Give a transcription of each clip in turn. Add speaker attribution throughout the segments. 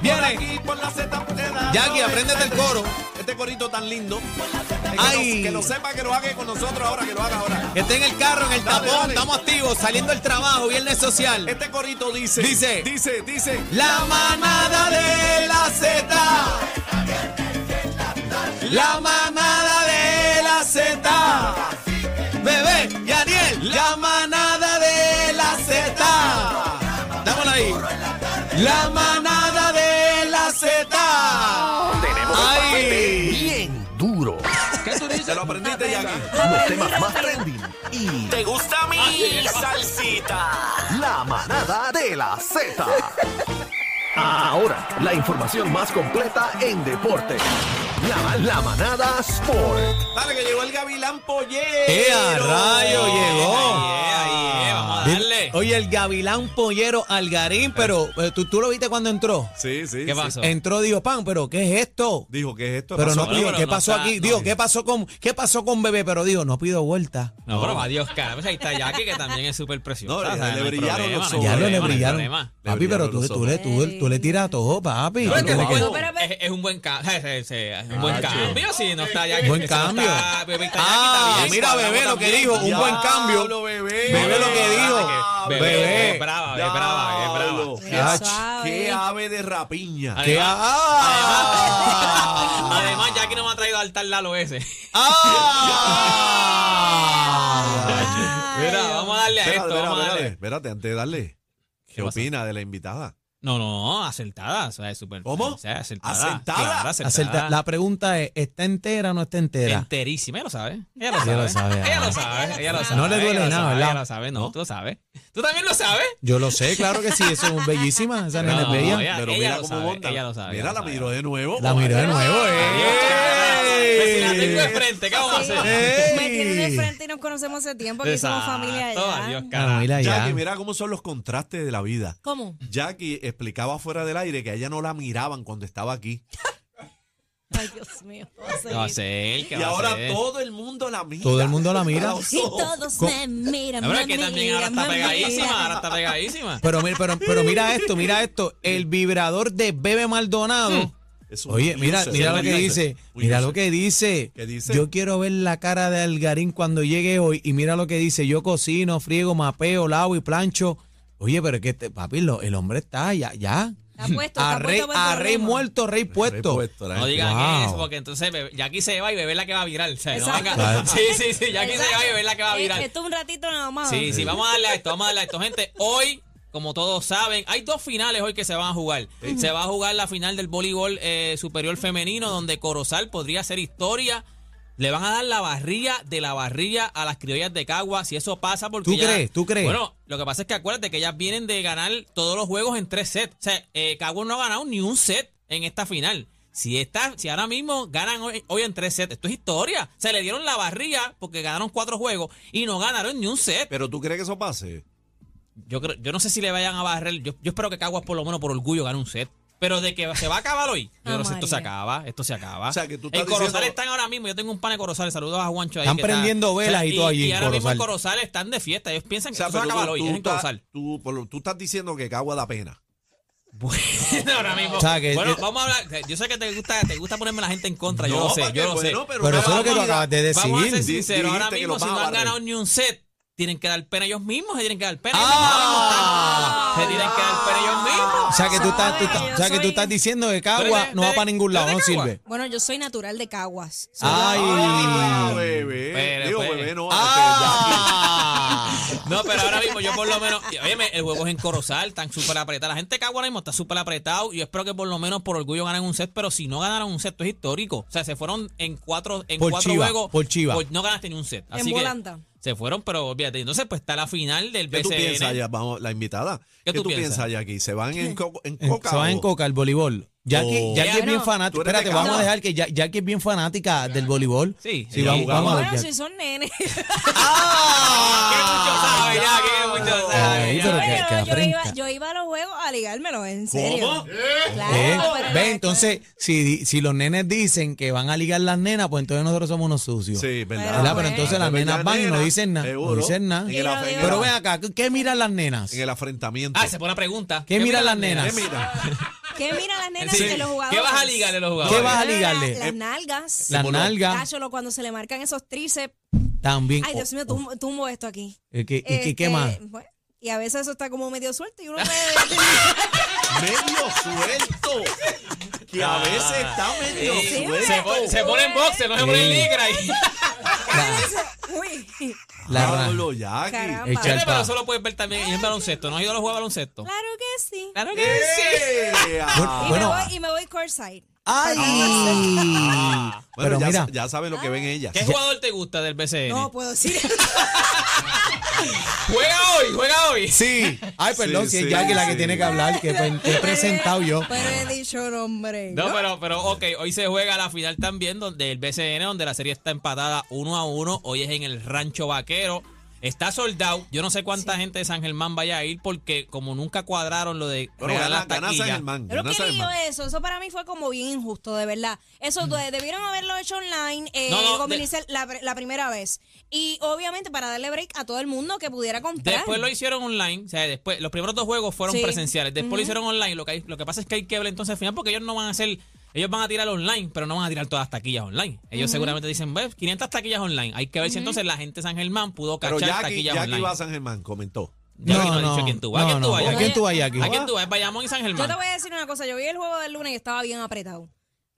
Speaker 1: Viene. Jackie, apréndete el coro.
Speaker 2: Este corito tan lindo. Que,
Speaker 1: Ay.
Speaker 2: Lo, que lo sepa, que lo haga con nosotros ahora, que lo haga ahora.
Speaker 1: Que esté en el carro, en el
Speaker 2: Dale,
Speaker 1: tapón,
Speaker 2: dale.
Speaker 1: estamos activos, saliendo del trabajo, viernes social.
Speaker 2: Este corito dice.
Speaker 1: Dice.
Speaker 2: Dice, dice.
Speaker 1: La manada de la Z. La manada de la Z. Bebé y Ariel. La manada de la Z. Dámosla ahí. La manada de la Z.
Speaker 3: Tenemos un paquete
Speaker 1: Ay.
Speaker 3: bien duro.
Speaker 2: Te lo aprendiste, Jackie.
Speaker 3: Los temas más trending y
Speaker 4: ¿Te gusta
Speaker 2: Ah,
Speaker 4: mi salsita?
Speaker 3: la manada de la Z. Ahora, la información más completa en deporte. La, la manada Sport.
Speaker 2: Dale, que llegó el Gavilán Pollero.
Speaker 1: ¡Eh, a rayo llegó!
Speaker 5: Ahí, eh, vamos a darle.
Speaker 1: Oye, el gavilán pollero Algarín, pero eh, ¿tú, tú lo viste cuando entró.
Speaker 2: Sí, sí.
Speaker 5: ¿Qué
Speaker 2: sí.
Speaker 5: pasó?
Speaker 1: Entró, dijo, pan, pero ¿qué es esto?
Speaker 2: Dijo, ¿qué es esto?
Speaker 1: Pero
Speaker 2: Pasó
Speaker 1: no pidió,
Speaker 5: pero
Speaker 1: ¿qué
Speaker 5: no
Speaker 1: pasó
Speaker 5: está-
Speaker 1: aquí?
Speaker 5: no.
Speaker 1: Dijo, ¿qué pasó con qué pasó con bebé? Pero dijo, no pido vuelta.
Speaker 5: No, pero adiós, cara. Pues ahí está Jackie, que también es súper preciosa.
Speaker 2: No, le-
Speaker 5: o sea,
Speaker 2: le
Speaker 5: hay
Speaker 2: brillaron los
Speaker 5: problema, no
Speaker 2: ojos.
Speaker 5: hay
Speaker 1: ya lo le
Speaker 5: problema, no hay
Speaker 1: brillaron.
Speaker 5: problema.
Speaker 1: papi, pero
Speaker 2: brillaron
Speaker 1: tú,
Speaker 2: los
Speaker 1: tú le, tú, tú le tiras todo, papi.
Speaker 5: No,
Speaker 1: Tú
Speaker 5: es, que
Speaker 1: le-
Speaker 5: es-
Speaker 6: pero, pero-
Speaker 5: es- es un buen cambio. Es, es- es un buen
Speaker 3: Ah,
Speaker 5: cambio si no está Jackie.
Speaker 1: Buen
Speaker 5: si no
Speaker 1: cambio.
Speaker 5: está Bebé, está
Speaker 1: Ah,
Speaker 5: Jackie, está bien,
Speaker 1: mira,
Speaker 5: Guaynabo
Speaker 1: Bebé lo que
Speaker 5: también.
Speaker 1: dijo, un buen
Speaker 2: Diablo,
Speaker 1: cambio.
Speaker 2: bebé.
Speaker 1: Bebé lo que dijo.
Speaker 5: Ah, que-
Speaker 1: Bebé.
Speaker 5: Bebé, es brava, bebé, es brava, es brava.
Speaker 2: Diablo.
Speaker 1: Ah, ch-
Speaker 2: Qué
Speaker 6: suave.
Speaker 2: ave de rapiña.
Speaker 1: ¿Qué?
Speaker 5: Además-
Speaker 1: ¡Ah!
Speaker 5: Además, Jackie no me ha traído al tal Lalo ese.
Speaker 1: ¡Ah!
Speaker 6: Ay,
Speaker 5: Mira,
Speaker 6: Dios.
Speaker 5: vamos a darle a
Speaker 2: Espérate,
Speaker 5: esto,
Speaker 2: espérate,
Speaker 5: vamos a
Speaker 2: espérate,
Speaker 5: darle.
Speaker 2: espérate, antes de darle. ¿Qué,
Speaker 5: pasó?
Speaker 2: opina de la invitada?
Speaker 5: No, no, acertada. O sea, es súper.
Speaker 2: ¿Cómo?
Speaker 5: O sea, acertada.
Speaker 2: ¿Acertada?
Speaker 5: Claro,
Speaker 1: Acerta- La pregunta es, ¿está entera o no está entera?
Speaker 5: Enterísima, ella lo sabe. Ella
Speaker 1: Ella
Speaker 5: lo sabe.
Speaker 1: lo sabe,
Speaker 5: Ella
Speaker 1: ah.
Speaker 5: lo sabe. Ella lo sabe.
Speaker 1: No le duele
Speaker 5: ella lo
Speaker 1: nada,
Speaker 5: sabe,
Speaker 1: ¿verdad?
Speaker 5: Ella lo sabe, no, tú lo sabes. ¿Tú también lo sabes?
Speaker 1: Yo lo sé, claro que sí, eso es bellísima, esa nena es
Speaker 5: No,
Speaker 1: bella.
Speaker 5: ella-
Speaker 2: Pero
Speaker 5: ella
Speaker 2: mira
Speaker 5: lo
Speaker 2: cómo
Speaker 5: sabe,
Speaker 2: monta.
Speaker 5: ella lo sabe,
Speaker 2: Mira,
Speaker 5: ella
Speaker 2: la
Speaker 5: lo sabe.
Speaker 2: miró de nuevo.
Speaker 1: La miró de
Speaker 6: Ah,
Speaker 1: nuevo,
Speaker 5: Pues Si la tengo de
Speaker 1: eh.
Speaker 5: frente, ¿qué vamos a
Speaker 6: Sí,
Speaker 5: hacer?
Speaker 1: Ey.
Speaker 6: Me tiene de frente y nos conocemos hace tiempo, que somos familia
Speaker 5: Exacto, adiós,
Speaker 6: ya.
Speaker 5: cara.
Speaker 1: Camila, ya.
Speaker 2: Jackie, mira cómo son los contrastes de la vida.
Speaker 6: ¿Cómo?
Speaker 2: Jackie explicaba fuera del aire que a ella no la miraban cuando estaba aquí.
Speaker 6: Ay, Dios mío. ¿qué va a
Speaker 5: ¿Qué va a
Speaker 6: seguir?
Speaker 5: hacer? ¿Qué
Speaker 2: Y
Speaker 5: va a
Speaker 2: ahora
Speaker 5: hacer?
Speaker 2: todo el mundo la mira.
Speaker 1: Todo el mundo la mira.
Speaker 2: A los
Speaker 6: Y
Speaker 2: ojos.
Speaker 6: todos me miran.
Speaker 5: La verdad es
Speaker 6: me
Speaker 5: que también ahora
Speaker 6: miran,
Speaker 5: está
Speaker 6: me
Speaker 5: pegadísima,
Speaker 6: miran.
Speaker 5: ahora está pegadísima.
Speaker 1: Pero, mira- pero, pero mira esto, mira esto. El vibrador de Bebe Maldonado.
Speaker 2: Es un
Speaker 1: Oye, mira,
Speaker 2: user,
Speaker 1: mira
Speaker 2: es
Speaker 1: lo
Speaker 2: un
Speaker 1: que
Speaker 2: user,
Speaker 1: dice.
Speaker 2: un
Speaker 1: Mira
Speaker 2: user.
Speaker 1: lo que dice.
Speaker 2: ¿Qué dice?
Speaker 1: Yo quiero ver la cara de Algarín cuando llegue hoy. Y mira lo que dice. Yo cocino, friego, mapeo, lavo y plancho. Oye, pero es que este, papi, lo- el hombre está ya, ya.
Speaker 6: Está puesto,
Speaker 1: A
Speaker 6: está
Speaker 1: rey,
Speaker 6: puesto,
Speaker 1: a
Speaker 6: puesto,
Speaker 1: rey
Speaker 6: puesto.
Speaker 1: muerto, rey puesto.
Speaker 2: Repuesto, la
Speaker 5: No
Speaker 2: gente.
Speaker 5: digan
Speaker 1: Wow.
Speaker 5: eso, porque entonces bebé- Jackie se va y bebé es la que va a viral. O sea, no
Speaker 6: Exacto.
Speaker 5: venga. Sí, sí, sí, Jackie se va y bebé es la que va a
Speaker 6: Eh,
Speaker 5: viral.
Speaker 6: Esto es un ratito nada más.
Speaker 5: Sí, sí, vamos a darle a esto, vamos a darle a esto. Gente, hoy, como todos saben, hay dos finales hoy que se van a jugar. Se va a jugar la final del voleibol eh, superior femenino, donde Corozal podría hacer historia. Le van a dar la barrilla de la barrilla a las criollas de Cagua, si eso pasa porque
Speaker 1: ¿Tú
Speaker 5: ya-
Speaker 1: crees? ¿Tú crees?
Speaker 5: Bueno, lo que pasa es que acuérdate que ellas vienen de ganar todos los juegos en tres sets. O sea, eh, Cagua no ha ganado ni un set en esta final. Si, está, si ahora mismo ganan hoy, hoy en tres sets, esto es historia. Se le dieron la barrilla porque ganaron cuatro juegos y no ganaron ni un set.
Speaker 2: Pero tú crees que eso pase.
Speaker 5: Yo creo, yo no sé si le vayan a barrer. Yo, yo espero que Caguas por lo menos por orgullo gane un set. Pero de que se va a acabar hoy. Yo no sé, esto se
Speaker 6: Amarillo.
Speaker 5: acaba, esto se acaba.
Speaker 2: O sea, que tú
Speaker 5: en
Speaker 2: estás
Speaker 5: Corozal
Speaker 2: diciendo-
Speaker 5: están ahora mismo. Yo tengo un pan de Corozales. Saludos a Juancho ahí.
Speaker 1: Están
Speaker 5: que está-
Speaker 1: prendiendo velas y todo allí
Speaker 5: Y
Speaker 1: en
Speaker 5: ahora mismo en
Speaker 1: Corozal.
Speaker 5: Corozales están de fiesta. Ellos piensan
Speaker 2: O
Speaker 5: que
Speaker 2: sea,
Speaker 5: esto se va a
Speaker 2: pero
Speaker 5: acabar
Speaker 2: tú-
Speaker 5: hoy.
Speaker 2: tú
Speaker 5: Es en
Speaker 2: estás-
Speaker 5: Corozal.
Speaker 2: tú- por lo- tú estás diciendo que Cagua da pena.
Speaker 5: Bueno, ahora mismo.
Speaker 1: O sea, que-
Speaker 5: bueno,
Speaker 1: que-
Speaker 5: vamos a hablar. Yo sé que te gusta, te gusta ponerme la gente en contra. yo
Speaker 2: No,
Speaker 5: lo sé,
Speaker 2: porque,
Speaker 5: yo lo sé.
Speaker 2: bueno, pero
Speaker 1: Pero eso es lo que tú
Speaker 2: Cagua-
Speaker 1: acabas de decir.
Speaker 5: Vamos a ser
Speaker 2: Di-
Speaker 5: sinceros, ahora
Speaker 2: dijiste que
Speaker 5: mismo
Speaker 2: los
Speaker 5: si
Speaker 2: vas
Speaker 5: no
Speaker 2: a
Speaker 5: han
Speaker 2: barrer.
Speaker 5: ganado ni un set, tienen que dar pena ellos mismos, se tienen que dar pena. ellos
Speaker 1: Ah.
Speaker 5: mismos, se tienen que dar pena ellos mismos.
Speaker 1: O sea que tú estás, tú
Speaker 6: Sabe,
Speaker 1: estás-
Speaker 6: yo
Speaker 1: o sea que tú
Speaker 6: soy-
Speaker 1: estás diciendo que Cagua
Speaker 5: eres-
Speaker 1: no va
Speaker 5: tú
Speaker 1: para
Speaker 5: eres-
Speaker 1: ningún
Speaker 5: tú
Speaker 1: lado, no
Speaker 5: eres de Cagua.
Speaker 1: sirve.
Speaker 6: Bueno, yo soy natural de Caguas. Soy-
Speaker 2: Ah,
Speaker 1: Ay.
Speaker 2: bebé.
Speaker 5: Pero,
Speaker 2: Digo,
Speaker 5: pues.
Speaker 2: bebé, no. este,
Speaker 1: Ah.
Speaker 5: No, pero ahora mismo yo por lo menos, óyeme, el juego es en Corozal, están súper apretados. La gente que ahora mismo está súper apretado. Yo espero que por lo menos por orgullo ganen un set, pero si no ganaron un set, esto es histórico. O sea, se fueron en cuatro, en
Speaker 1: Por
Speaker 5: cuatro
Speaker 1: Chiva,
Speaker 5: juegos. pues
Speaker 1: por Chiva.
Speaker 5: no ganaste ni un set.
Speaker 6: En
Speaker 5: Así que
Speaker 6: volanta.
Speaker 5: se fueron, pero olvídate. Entonces, pues está la final del
Speaker 2: ¿Qué
Speaker 5: BCN.
Speaker 2: tú piensas, ya, vamos, la invitada?
Speaker 5: ¿Qué tú
Speaker 2: piensas,
Speaker 5: piensas,
Speaker 2: Jackie? ¿Se van en, co- en
Speaker 1: En-
Speaker 2: coca?
Speaker 1: Se va en
Speaker 2: o-
Speaker 1: coca el voleibol. Jackie,
Speaker 2: Oh.
Speaker 1: Jackie es
Speaker 5: Bueno,
Speaker 1: bien fanática.
Speaker 2: tú eres de
Speaker 1: Espérate, vamos a
Speaker 2: cama.
Speaker 1: dejar que Ya- Jackie es bien fanática del voleibol.
Speaker 5: Sí,
Speaker 1: sí
Speaker 2: ella
Speaker 1: vamos,
Speaker 2: jugaba.
Speaker 1: vamos a ver.
Speaker 6: Bueno,
Speaker 1: Jackie.
Speaker 6: si son nenes.
Speaker 5: ¡Ah! ¡Qué mucho sabe ya! ¡Qué mucho sabe
Speaker 1: Ay,
Speaker 5: ya!
Speaker 1: pero
Speaker 6: Bueno,
Speaker 1: que- que
Speaker 6: yo, iba,
Speaker 1: aprenca.
Speaker 6: yo iba a los juegos a ligármelo, en serio.
Speaker 2: ¿Cómo?
Speaker 6: Claro,
Speaker 1: ¿Eh?
Speaker 6: pero
Speaker 1: Ve,
Speaker 6: después-
Speaker 1: entonces, si, di- si los nenes dicen que van a ligar las nenas, pues entonces nosotros somos unos sucios.
Speaker 2: Sí, verdad.
Speaker 1: ¿Verdad?
Speaker 6: bueno.
Speaker 1: Pero entonces las
Speaker 2: Pues ya,
Speaker 1: nenas van y no
Speaker 2: nena,
Speaker 1: dicen nada. No
Speaker 2: seguro.
Speaker 1: dicen nada.
Speaker 2: En el, af- en el
Speaker 1: Pero
Speaker 2: af-
Speaker 1: ven acá, ¿qué- ¿qué miran las nenas?
Speaker 2: en el afrentamiento.
Speaker 5: Ah, se pone la pregunta.
Speaker 1: ¿Qué miran las
Speaker 2: ¿Qué
Speaker 1: nenas?
Speaker 2: mira?
Speaker 6: ¿Qué mira las nenas
Speaker 5: Sí.
Speaker 6: de los jugadores?
Speaker 5: ¿Qué vas a ligarle a los
Speaker 1: ¿Qué
Speaker 5: jugadores?
Speaker 1: vas a
Speaker 6: Nena,
Speaker 1: ligarle? Eh,
Speaker 6: Las Em- nalgas.
Speaker 1: Las
Speaker 2: Simuló.
Speaker 1: nalgas
Speaker 6: Cácholo, cuando se le marcan esos tríceps.
Speaker 1: también.
Speaker 6: Ay, Dios mío,
Speaker 1: Oh,
Speaker 6: tum- tumbo esto aquí.
Speaker 1: oh, ¿Y qué, y qué- qué
Speaker 6: Este,
Speaker 1: más?
Speaker 6: bueno, y a veces eso está como medio suelto y uno me...
Speaker 2: medio suelto. Que
Speaker 1: Ah.
Speaker 2: a veces está medio
Speaker 5: Sí,
Speaker 2: suelto.
Speaker 5: Se, pone- se pone en boxe, no se pone en
Speaker 1: Sí.
Speaker 5: licra. Y...
Speaker 6: Uy,
Speaker 1: La ra-
Speaker 2: Diablo, Jackie.
Speaker 6: Caramba.
Speaker 1: el
Speaker 5: Pero
Speaker 1: charpa.
Speaker 5: eso lo puedes ver también en el baloncesto. ¿No has ido a los juegos de baloncesto?
Speaker 6: claro que sí.
Speaker 5: Claro que sí.
Speaker 2: ¡Eh!
Speaker 6: Y,
Speaker 2: Ah.
Speaker 1: Bueno.
Speaker 6: me voy, y me voy courtside.
Speaker 1: ¡Ay!
Speaker 2: Ah,
Speaker 1: Pero
Speaker 2: Bueno, ya,
Speaker 1: mira.
Speaker 2: ya saben lo que ven ellas.
Speaker 5: ¿Qué jugador te gusta del BCN?
Speaker 6: No puedo decir.
Speaker 5: Juega hoy, juega hoy.
Speaker 1: Sí. Ay, perdón,
Speaker 2: Sí,
Speaker 1: si es
Speaker 2: sí,
Speaker 1: Jackie la que
Speaker 2: sí.
Speaker 1: tiene que hablar, que pues, que he presentado yo.
Speaker 6: Pero he dicho nombre.
Speaker 5: No, pero, pero ok, hoy se juega la final también donde el BCN, donde la serie está empatada uno a uno. Hoy es en el Rancho Vaquero. Está soldado. Yo no sé cuánta gente de San Germán vaya a ir porque como nunca cuadraron lo de
Speaker 2: Bueno, gana,
Speaker 5: regalar las
Speaker 2: gana San
Speaker 5: taquillas.
Speaker 2: Germán.
Speaker 6: Pero
Speaker 2: gana
Speaker 6: qué
Speaker 2: San
Speaker 6: lío
Speaker 2: Germán.
Speaker 6: eso, eso para mí fue como bien injusto, de verdad.
Speaker 2: Mm.
Speaker 6: Eso de- debieron haberlo hecho online, eh,
Speaker 5: No, no,
Speaker 6: como
Speaker 5: de-
Speaker 6: dice, la, la primera vez. Y obviamente para darle break a todo el mundo que pudiera comprar.
Speaker 5: Después lo hicieron online, o sea, después los primeros dos juegos fueron
Speaker 6: Sí.
Speaker 5: presenciales, después lo hicieron online, lo que hay- lo que pasa es que hay que ver entonces al final porque ellos no van a hacer ellos van a tirar online, pero no van a tirar todas las taquillas online. Ellos seguramente dicen, "Ve, 500 taquillas online." Hay que ver si entonces la gente de San Germán pudo
Speaker 2: Pero
Speaker 5: cachar
Speaker 2: Jackie,
Speaker 5: taquillas
Speaker 2: Jackie
Speaker 5: online.
Speaker 2: va a San Germán, comentó.
Speaker 5: Ya que no ha dicho quién tú vas,
Speaker 1: no,
Speaker 5: quién tú
Speaker 1: no.
Speaker 5: vas,
Speaker 1: ¿A
Speaker 5: Jackie.
Speaker 1: quién tú vas, Jackie?
Speaker 5: ¿A quién tú vas? Vayamos en San
Speaker 6: Yo te
Speaker 5: Germán.
Speaker 6: voy a decir una cosa, yo vi el juego del lunes y estaba bien apretado.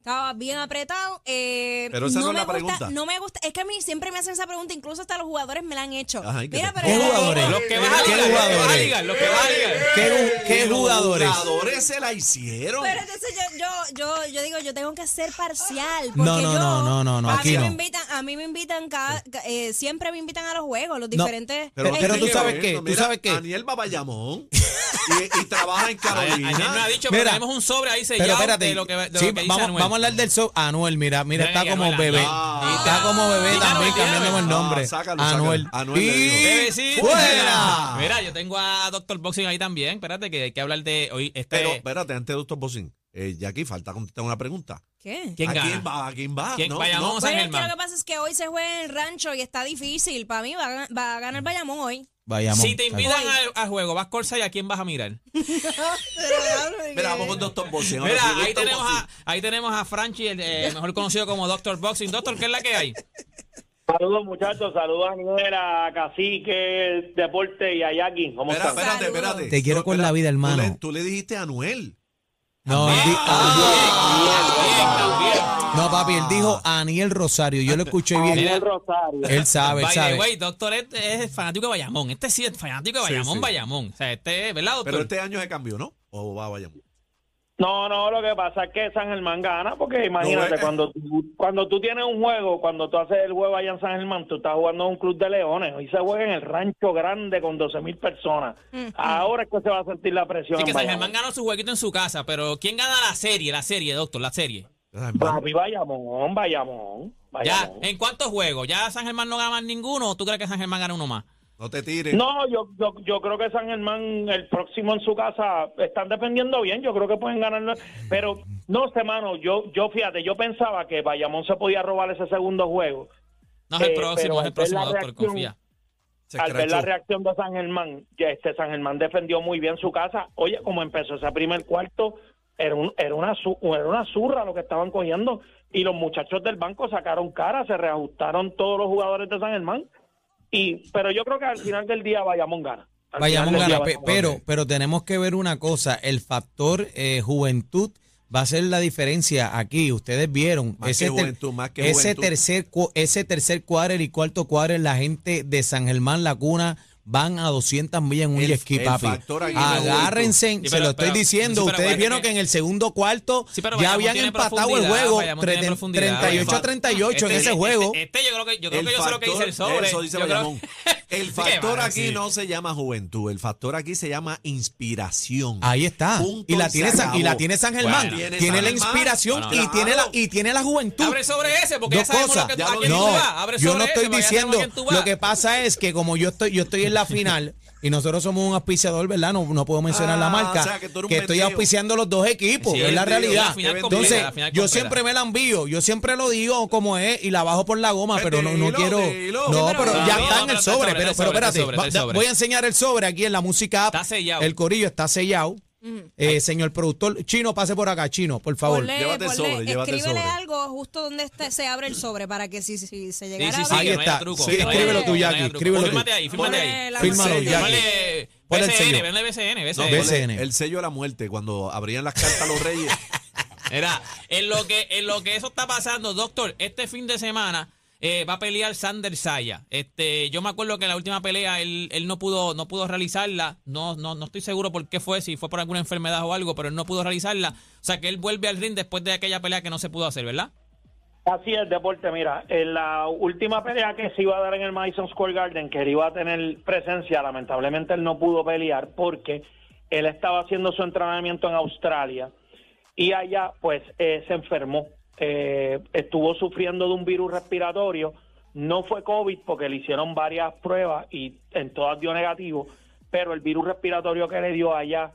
Speaker 6: Estaba bien apretado. eh,
Speaker 2: Pero esa no es
Speaker 6: me
Speaker 2: la
Speaker 6: gusta,
Speaker 2: pregunta.
Speaker 6: No me gusta, es que a mí siempre me hacen esa pregunta, incluso hasta los jugadores me la han hecho.
Speaker 2: Ajá, ¿y qué te-
Speaker 6: Mira, pero
Speaker 1: ¿Qué
Speaker 6: yo digo,
Speaker 1: jugadores?
Speaker 5: Los que vas a
Speaker 1: ¿Qué
Speaker 5: ligar, los que vas a
Speaker 1: jugadores?
Speaker 5: ligar, los que vas a ligar.
Speaker 1: ¿Qué, qué
Speaker 2: Y los
Speaker 1: jugadores?
Speaker 2: jugadores se la hicieron.
Speaker 6: Pero entonces yo, yo, yo, yo digo, yo tengo que ser parcial. Porque
Speaker 1: No, no,
Speaker 6: yo-
Speaker 1: no, no, no, no,
Speaker 6: a
Speaker 1: aquí
Speaker 6: mí
Speaker 1: no.
Speaker 6: Me invitan, a mí me invitan cada, ca- eh, siempre me invitan a los juegos, los
Speaker 1: No,
Speaker 6: diferentes.
Speaker 1: pero-
Speaker 6: Eh,
Speaker 1: pero
Speaker 2: tiene
Speaker 1: tú
Speaker 2: que
Speaker 1: sabes
Speaker 2: ver,
Speaker 1: qué,
Speaker 2: no,
Speaker 1: tú
Speaker 2: mira,
Speaker 1: sabes qué.
Speaker 2: Daniel Babayamón y, y trabaja en Carolina.
Speaker 5: Ayer me ha dicho, pero
Speaker 1: Mira.
Speaker 5: tenemos un sobre ahí
Speaker 1: Pero
Speaker 5: sellado
Speaker 1: espérate,
Speaker 5: de lo que, de lo
Speaker 1: sí,
Speaker 5: que dice
Speaker 1: vamos,
Speaker 5: Anuel.
Speaker 1: vamos a hablar del show. Anuel, mira, mira,
Speaker 5: Mira,
Speaker 1: está
Speaker 5: que
Speaker 1: como
Speaker 5: Anuel,
Speaker 1: bebé.
Speaker 2: ah.
Speaker 1: Está como bebé
Speaker 5: Dígalo,
Speaker 1: también,
Speaker 5: dígalo.
Speaker 1: cambiándome el nombre.
Speaker 2: Ah, sácalo, sácalo.
Speaker 1: Anuel.
Speaker 2: Anuel le digo.
Speaker 1: y
Speaker 5: Bebecita.
Speaker 1: fuera.
Speaker 5: Mira, yo tengo a Doctor Boxing ahí también. Espérate, que hay que hablar de hoy. Este,
Speaker 2: Pero espérate, antes de Doctor Bocín, eh, Jackie, falta contestar una pregunta.
Speaker 6: ¿Qué?
Speaker 5: ¿Quién
Speaker 2: ¿A
Speaker 5: gana?
Speaker 2: quién va? ¿A quién va?
Speaker 5: ¿Quién?
Speaker 2: No,
Speaker 5: Bayamón.
Speaker 2: no.
Speaker 5: San
Speaker 6: Pero es que
Speaker 5: Germán.
Speaker 6: lo que pasa es que hoy se juega en el rancho y está difícil. Para mí va a, gan- va a ganar Bayamón hoy.
Speaker 1: Vayamos.
Speaker 5: Si te invitan al, al juego, vas Corsa y a quién vas a mirar.
Speaker 2: Mira, vamos con Doctor Bocín. ahora
Speaker 5: Mira,
Speaker 2: sí,
Speaker 5: ahí
Speaker 2: Dr.
Speaker 5: tenemos,
Speaker 2: Bocín.
Speaker 5: a, ahí tenemos a Franchi, el eh, mejor conocido como Doctor Boxing. Doctor, ¿qué es la que hay?
Speaker 7: Saludos muchachos, saludos a Niel, a Cacique, el deporte y a Jackie. ¿Cómo
Speaker 2: Espera,
Speaker 7: están?
Speaker 2: espérate,
Speaker 6: Saludos.
Speaker 2: espérate.
Speaker 1: Te quiero
Speaker 2: No,
Speaker 1: con la
Speaker 2: espera,
Speaker 1: vida,
Speaker 2: tú
Speaker 1: hermano. Ah,
Speaker 2: le- Tú le dijiste a Anuel.
Speaker 1: No, él di-
Speaker 5: Ah. Bien, bien.
Speaker 1: no, papi, él dijo Aniel Rosario. Yo lo escuché bien.
Speaker 5: Ah, Mira.
Speaker 7: Daniel Rosario.
Speaker 2: Eh.
Speaker 1: Él sabe, él
Speaker 5: By the
Speaker 1: sabe.
Speaker 5: way, doctor es, es fanático de Bayamón. Este sí es fanático de
Speaker 2: Sí,
Speaker 5: Bayamón,
Speaker 2: sí.
Speaker 5: Bayamón. O sea, este es, ¿verdad, doctor?
Speaker 2: Pero este año se cambió, ¿no? O va a Bayamón.
Speaker 7: No, no, lo que pasa es que San Germán gana, porque imagínate,
Speaker 2: No, eh.
Speaker 7: cuando, tú, cuando tú tienes un juego, cuando tú haces el juego allá en San Germán, tú estás jugando en un club de leones, y se juega en el rancho grande con 12 mil personas. Ahora es que se va a sentir la presión.
Speaker 5: Así
Speaker 7: en
Speaker 5: que San
Speaker 7: Bayamón.
Speaker 5: Germán ganó su jueguito en su casa, pero ¿quién gana la serie? La serie, doctor, la serie.
Speaker 7: Papi, Bayamón, Bayamón,
Speaker 5: Ya,
Speaker 7: Bayamón.
Speaker 5: ¿en cuántos juegos? ¿Ya San Germán no gana más ninguno o tú crees que San Germán gana uno más?
Speaker 2: No te tires.
Speaker 7: No, yo, yo, yo creo que San Germán, el próximo en su casa, están dependiendo bien. Yo creo que pueden ganarlo. Pero, no sé, mano, yo, yo fíjate, yo pensaba que Bayamón se podía robar ese segundo juego.
Speaker 5: No es el
Speaker 7: Eh,
Speaker 5: próximo,
Speaker 7: pero
Speaker 5: es el
Speaker 7: al ver la
Speaker 5: próximo, doctor,
Speaker 7: reacción-
Speaker 5: confía.
Speaker 2: Se
Speaker 7: Al ver
Speaker 2: escrachó.
Speaker 7: la reacción de San Germán, ya este San Germán defendió muy bien su casa. Oye, como empezó ese primer cuarto, era, un- era, una, zu- era una zurra lo que estaban cogiendo. Y los muchachos del banco sacaron cara, se reajustaron todos los jugadores de San Germán. Y, pero yo creo que al final del día Bayamón gana. Al final
Speaker 1: Vayamos
Speaker 7: del día,
Speaker 1: gana, pe-
Speaker 7: Bayamón
Speaker 1: pero, pero tenemos que ver una cosa, el factor eh, juventud va a ser la diferencia aquí. Ustedes vieron
Speaker 2: Más que juventud, más que
Speaker 1: ese
Speaker 2: juventud.
Speaker 1: tercer cu- ese tercer cuadro y cuarto cuadro, la gente de San Germán La Cuna van a 200 millas en un
Speaker 2: El-
Speaker 1: jet ski,
Speaker 2: el
Speaker 1: papi.
Speaker 2: factor aquí no es juventud.
Speaker 1: Agárrense,
Speaker 5: Sí,
Speaker 1: se
Speaker 5: pero-
Speaker 1: lo estoy
Speaker 5: pero-
Speaker 1: diciendo.
Speaker 5: sí, pero
Speaker 1: Ustedes
Speaker 5: acuérdate
Speaker 1: vieron
Speaker 5: que-
Speaker 1: que en el segundo cuarto
Speaker 5: Sí,
Speaker 1: ya
Speaker 5: pero Bayamón
Speaker 1: habían
Speaker 5: tiene
Speaker 1: empatado el
Speaker 5: profundidad,
Speaker 1: juego
Speaker 5: Bayamón tiene
Speaker 1: treten-
Speaker 5: profundidad.
Speaker 1: 38 a 38 en
Speaker 5: Este-
Speaker 1: ese juego.
Speaker 5: Este, este yo creo que yo, creo
Speaker 2: El
Speaker 5: que yo sé lo que dice el
Speaker 2: factor-
Speaker 5: sobre.
Speaker 2: Eso dice
Speaker 5: Yo creo-
Speaker 2: Bayamón. El
Speaker 5: qué
Speaker 2: factor
Speaker 5: va a
Speaker 2: aquí
Speaker 5: decir?
Speaker 2: no se llama juventud, el factor aquí se llama inspiración.
Speaker 1: Ahí está.
Speaker 2: Punto
Speaker 1: y la
Speaker 2: y
Speaker 1: tiene
Speaker 2: se
Speaker 1: San, y la
Speaker 2: acabó.
Speaker 1: tiene San Germán.
Speaker 5: Bueno,
Speaker 1: tiene,
Speaker 2: tiene San
Speaker 1: la
Speaker 2: Germán.
Speaker 1: inspiración
Speaker 5: Bueno,
Speaker 1: y tiene la
Speaker 2: claro.
Speaker 1: y tiene la juventud.
Speaker 5: Abre sobre ese, porque ya
Speaker 1: Dos
Speaker 5: sabemos
Speaker 1: cosas.
Speaker 5: lo que,
Speaker 2: Ya
Speaker 5: a
Speaker 2: lo
Speaker 5: quién
Speaker 1: no,
Speaker 5: tú vas. Abre eh,
Speaker 1: yo
Speaker 5: sobre
Speaker 1: no
Speaker 5: ese,
Speaker 1: estoy
Speaker 5: porque ya sabemos
Speaker 1: diciendo.
Speaker 5: a quién tú vas.
Speaker 1: Lo que pasa es que como yo estoy, yo estoy en la final y nosotros somos un auspiciador, ¿verdad? No, no puedo mencionar
Speaker 2: Ah,
Speaker 1: la marca.
Speaker 2: o sea, que tú eres un
Speaker 1: estoy
Speaker 2: metido.
Speaker 1: auspiciando los dos equipos.
Speaker 5: Sí,
Speaker 1: es la
Speaker 2: metido,
Speaker 1: realidad.
Speaker 5: la final completa,
Speaker 1: Entonces,
Speaker 5: la final
Speaker 1: yo
Speaker 5: completa.
Speaker 1: siempre me la envío. Yo siempre lo digo como es y la bajo por la goma,
Speaker 2: Pues
Speaker 1: pero no, no
Speaker 2: dilo,
Speaker 1: quiero.
Speaker 2: dilo.
Speaker 1: No,
Speaker 6: Sí,
Speaker 1: pero
Speaker 6: pero-
Speaker 1: ya está
Speaker 5: No,
Speaker 1: en el
Speaker 5: pero está el
Speaker 1: sobre. Pero,
Speaker 5: sobre, está
Speaker 1: pero
Speaker 5: el sobre, está
Speaker 1: espérate.
Speaker 5: el sobre, está el
Speaker 1: Va-
Speaker 5: sobre.
Speaker 1: Voy a enseñar el sobre aquí en la música. app.
Speaker 5: Está sellado.
Speaker 1: El corillo está sellado. Eh, señor productor, Chino, pase por acá, Chino, por favor.
Speaker 6: Ponle-
Speaker 2: llévate el
Speaker 6: ponle-
Speaker 2: sobre, llévate el
Speaker 6: escríbele
Speaker 2: sobre.
Speaker 6: algo justo donde este- se abre el sobre para que si, si se
Speaker 5: Sí,
Speaker 6: llegara
Speaker 5: sí, sí,
Speaker 6: a
Speaker 1: Ahí
Speaker 5: que
Speaker 6: abrir,
Speaker 5: no haya
Speaker 1: está.
Speaker 5: truco,
Speaker 1: Sí,
Speaker 5: que no haya
Speaker 1: escríbelo
Speaker 5: truco,
Speaker 1: tú,
Speaker 5: que no
Speaker 1: Jackie,
Speaker 5: haya truco.
Speaker 1: escríbelo tú.
Speaker 5: Fírmate ahí, fírmate
Speaker 6: Ponle
Speaker 5: ahí.
Speaker 6: la
Speaker 1: Fírmalo,
Speaker 6: mesilla.
Speaker 1: Jackie.
Speaker 5: Ponle
Speaker 1: Pon el
Speaker 5: BCN,
Speaker 1: sello.
Speaker 5: ponle BCN,
Speaker 2: No,
Speaker 1: BCN.
Speaker 5: BCN.
Speaker 2: ponle El sello de la muerte, cuando abrían las cartas los reyes.
Speaker 5: Era, en lo que, en lo que eso está pasando, doctor, este fin de semana eh, va a pelear Sander Saya. Este, yo me acuerdo que la última pelea él, él no pudo, no pudo realizarla. No, no, no estoy seguro por qué fue, si fue por alguna enfermedad o algo, pero él no pudo realizarla. O sea que él vuelve al ring después de aquella pelea que no se pudo hacer, ¿verdad?
Speaker 7: Así es, deporte. Mira, en la última pelea que se iba a dar en el Madison Square Garden, que él iba a tener presencia, lamentablemente él no pudo pelear porque él estaba haciendo su entrenamiento en Australia y allá pues eh, se enfermó. Eh, estuvo sufriendo de un virus respiratorio. No fue COVID porque le hicieron varias pruebas y en todas dio negativo, pero el virus respiratorio que le dio allá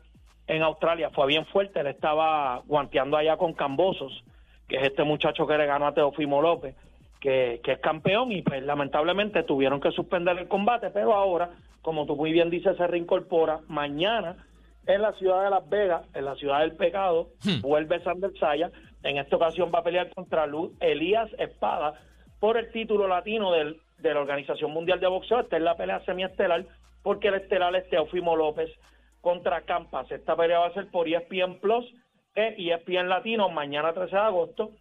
Speaker 7: en Australia fue bien fuerte. Él estaba guanteando allá con Cambosos, que es este muchacho que le ganó a Teofimo López, que, que es campeón y pues lamentablemente tuvieron que suspender el combate, pero ahora, como tú muy bien dices, se reincorpora mañana en la ciudad de Las Vegas, en la ciudad del pecado, vuelve Sander Saya. En esta ocasión va a pelear contra Luz Elías Espada por el título latino del- de la Organización Mundial de Boxeo. Esta es la pelea semiestelar, porque el estelar es Teofimo López contra Campas. Esta pelea va a ser por E ESPN Plus eh, y ESPN Latino mañana 13 de agosto.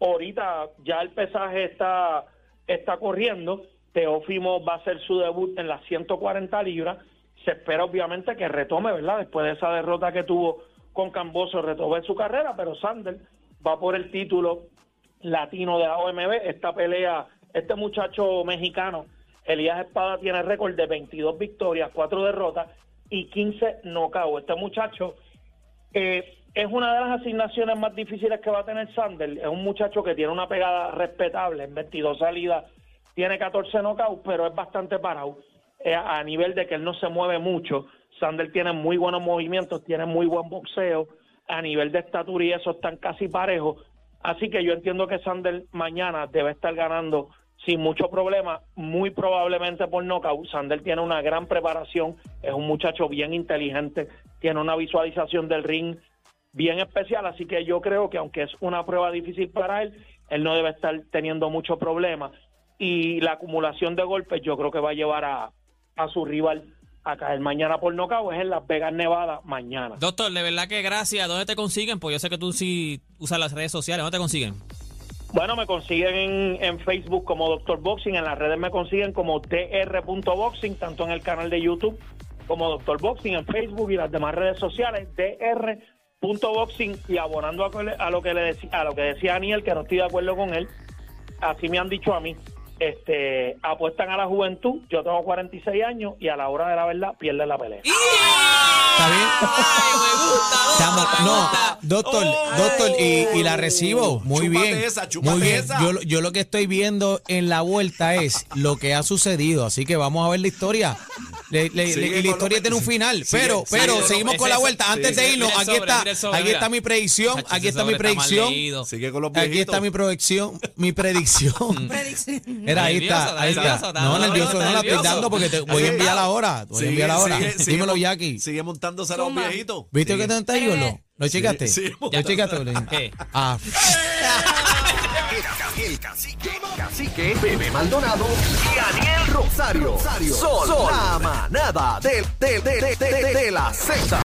Speaker 7: Ahorita ya el pesaje está, está corriendo. Teófimo va a hacer su debut en las 140 libras. Se espera obviamente que retome, ¿verdad? Después de esa derrota que tuvo con Camboso, retome su carrera, pero Sander va por el título latino de la OMB. Esta pelea, este muchacho mexicano, Elías Espada, tiene récord de 22 victorias, 4 derrotas y 15 nocaut. Este muchacho eh, es una de las asignaciones más difíciles que va a tener Sander. Es un muchacho que tiene una pegada respetable en 22 salidas, tiene 14 knockouts, pero es bastante parado eh, a nivel de que él no se mueve mucho. Sander tiene muy buenos movimientos, tiene muy buen boxeo. A nivel de estatura y eso están casi parejos. Así que yo entiendo que Sander mañana debe estar ganando sin mucho problema, muy probablemente por nocaut. Sander tiene una gran preparación, es un muchacho bien inteligente, tiene una visualización del ring bien especial, así que yo creo que aunque es una prueba difícil para él, él no debe estar teniendo mucho problema. Y la acumulación de golpes yo creo que va a llevar a, a su rival a caer mañana por nocaut, es en Las Vegas, Nevada, mañana.
Speaker 5: Doctor, de verdad que gracias. ¿Dónde te consiguen? Pues yo sé que tú sí usas las redes sociales. ¿Dónde te consiguen?
Speaker 7: Bueno, me consiguen en, en Facebook como Doctor Boxing, en las redes me consiguen como dr.boxing, tanto en el canal de YouTube como Doctor Boxing, en Facebook y las demás redes sociales, dr.boxing, y abonando a, cole- a lo que le deci- a lo que decía Daniel, que no estoy de acuerdo con él, así me han dicho a mí, este, apuestan a la juventud, yo tengo 46 años y a la hora de la verdad pierden la pelea.
Speaker 1: ¿Está bien?
Speaker 5: Ay, me gusta,
Speaker 1: Estamos-
Speaker 2: Ah,
Speaker 5: doctor, me
Speaker 1: no,
Speaker 5: gusta.
Speaker 1: doctor,
Speaker 2: Oh.
Speaker 1: doctor, y, y la recibo. Muy
Speaker 2: Chúpate
Speaker 1: bien.
Speaker 2: esa, chúpate
Speaker 1: muy bien.
Speaker 2: esa.
Speaker 1: Yo, lo- yo lo que estoy viendo en la vuelta es lo que ha sucedido. Así que vamos a ver la historia. Le- le-
Speaker 2: Sigue
Speaker 1: le- y
Speaker 2: con
Speaker 1: la
Speaker 2: lo
Speaker 1: historia
Speaker 2: que-
Speaker 1: tiene un final.
Speaker 2: sigue,
Speaker 1: pero,
Speaker 2: sigue
Speaker 1: pero
Speaker 5: con lo-
Speaker 1: seguimos con
Speaker 5: ese-
Speaker 1: la vuelta.
Speaker 5: ese-
Speaker 1: Antes de
Speaker 5: mira
Speaker 1: irnos,
Speaker 5: el
Speaker 1: aquí
Speaker 5: sobre,
Speaker 1: está,
Speaker 5: mira el sobre,
Speaker 1: aquí
Speaker 5: mira.
Speaker 1: está mi predicción.
Speaker 5: Chacho,
Speaker 1: Aquí
Speaker 5: ese
Speaker 1: está mi
Speaker 5: sobre mal
Speaker 1: predicción.
Speaker 5: leído.
Speaker 2: Sigue con los viejitos.
Speaker 1: Aquí está mi proyección, mi predicción.
Speaker 6: Predicción.
Speaker 1: Era ahí está,
Speaker 5: Nervioso,
Speaker 1: ahí está.
Speaker 5: nervioso,
Speaker 1: No,
Speaker 5: está
Speaker 1: nervioso, no la estoy
Speaker 5: nervioso.
Speaker 1: dando porque te voy a enviar la hora. Te voy a enviar la hora.
Speaker 2: Sigue- sigue
Speaker 1: Dímelo,
Speaker 2: mon-
Speaker 1: Jackie.
Speaker 2: Sigue montándose a los
Speaker 6: Zumba.
Speaker 2: viejitos.
Speaker 1: ¿Viste
Speaker 2: Sigue.
Speaker 1: que te está
Speaker 6: Eh.
Speaker 1: ídolo? ¿Lo checaste?
Speaker 2: sí.
Speaker 1: ¿Lo checaste, Belén?
Speaker 5: Eh.
Speaker 1: Ah,
Speaker 3: El, ca- el cacique, cacique, Bebé Maldonado y Daniel Rosario. Rosario. Sol, la manada del- del- del- del- del- de la Z.